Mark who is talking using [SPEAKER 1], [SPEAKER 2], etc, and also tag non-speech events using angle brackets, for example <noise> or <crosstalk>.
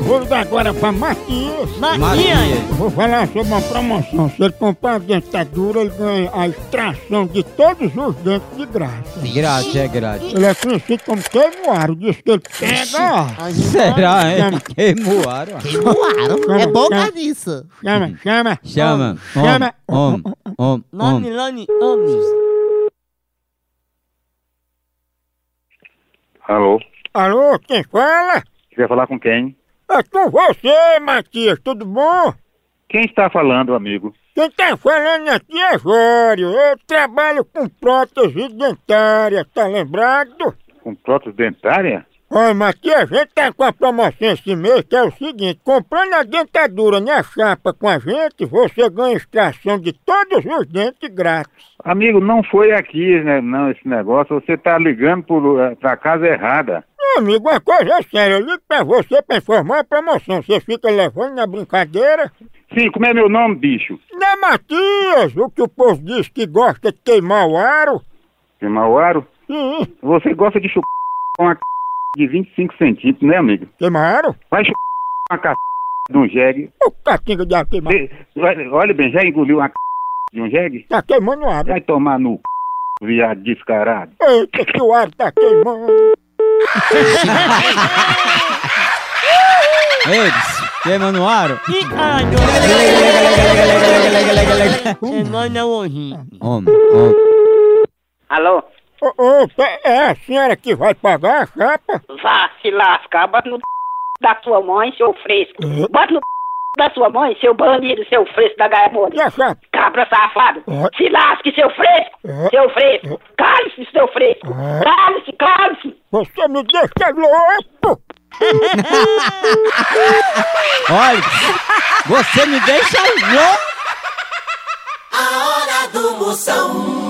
[SPEAKER 1] Vou ligar agora pra Matias.
[SPEAKER 2] Maria.
[SPEAKER 1] Eu Vou falar sobre uma promoção. Se ele comprar a dentadura, ele ganha a extração de todos os dentes de graça.
[SPEAKER 3] Grátis, é grátis.
[SPEAKER 1] Ele é conhecido como queimuário. Diz que ele pega a arte.
[SPEAKER 3] Será,
[SPEAKER 1] Chama.
[SPEAKER 3] hein? Queimuaram.
[SPEAKER 2] Queimaram. É bom carniça.
[SPEAKER 1] Chama, chama.
[SPEAKER 3] Chama.
[SPEAKER 1] Chama.
[SPEAKER 3] Homem, homem,
[SPEAKER 2] Nome,
[SPEAKER 3] homem.
[SPEAKER 2] Lani, Ames.
[SPEAKER 4] Alô?
[SPEAKER 1] Alô, quem fala?
[SPEAKER 4] Quer falar com quem?
[SPEAKER 1] É com você, Matias. Tudo bom?
[SPEAKER 4] Quem está falando, amigo?
[SPEAKER 1] Quem tá falando aqui é Jório. Eu trabalho com prótese dentária, tá lembrado?
[SPEAKER 4] Com prótese dentária?
[SPEAKER 1] Olha, Matias, a gente tá com a promoção esse mês que é o seguinte: comprando a dentadura na chapa com a gente, você ganha extração de todos os dentes grátis.
[SPEAKER 4] Amigo, não foi aqui, né? Não, esse negócio. Você está ligando para a casa errada.
[SPEAKER 1] Meu amigo, uma coisa é séria: eu ligo pra você pra informar a promoção. Você fica levando na brincadeira.
[SPEAKER 4] Sim, como é meu nome, bicho?
[SPEAKER 1] Né, Matias? O que o povo diz que gosta de queimar o aro?
[SPEAKER 4] Mauaro?
[SPEAKER 1] Sim,
[SPEAKER 4] Você gosta de chupar com uma c... de 25 centímetros, né, amigo?
[SPEAKER 1] queimar aro?
[SPEAKER 4] Vai chupar uma c... de um jegue.
[SPEAKER 1] Ô, catinga de aro queimar.
[SPEAKER 4] Você- olha- Olha bem, já engoliu uma c... de um jegue?
[SPEAKER 1] Tá queimando o aro.
[SPEAKER 4] Vai tomar no c... viado descarado.
[SPEAKER 1] Eita, que o ar tá queimando.
[SPEAKER 3] Eles, queima no aro.
[SPEAKER 2] E Ano. É nós na origem.
[SPEAKER 3] Homem, homem.
[SPEAKER 5] Alô?
[SPEAKER 1] Ô, ô, pe- é a senhora que vai pagar a chapa?
[SPEAKER 5] Vá se lascar, bota no <laughs> da sua mãe, seu fresco. Bota no <laughs> da sua mãe, seu bandido, seu fresco da
[SPEAKER 1] E
[SPEAKER 5] gaivota.
[SPEAKER 1] a chapa?
[SPEAKER 5] Cabra safado.
[SPEAKER 1] É.
[SPEAKER 5] Se lasque, seu fresco.
[SPEAKER 1] É.
[SPEAKER 5] Seu fresco. Cale-se, seu fresco.
[SPEAKER 1] É.
[SPEAKER 5] Cale-se, cale-se.
[SPEAKER 1] Você me deixa louco!
[SPEAKER 3] Olha, você me deixa louco.
[SPEAKER 6] A hora do Moção.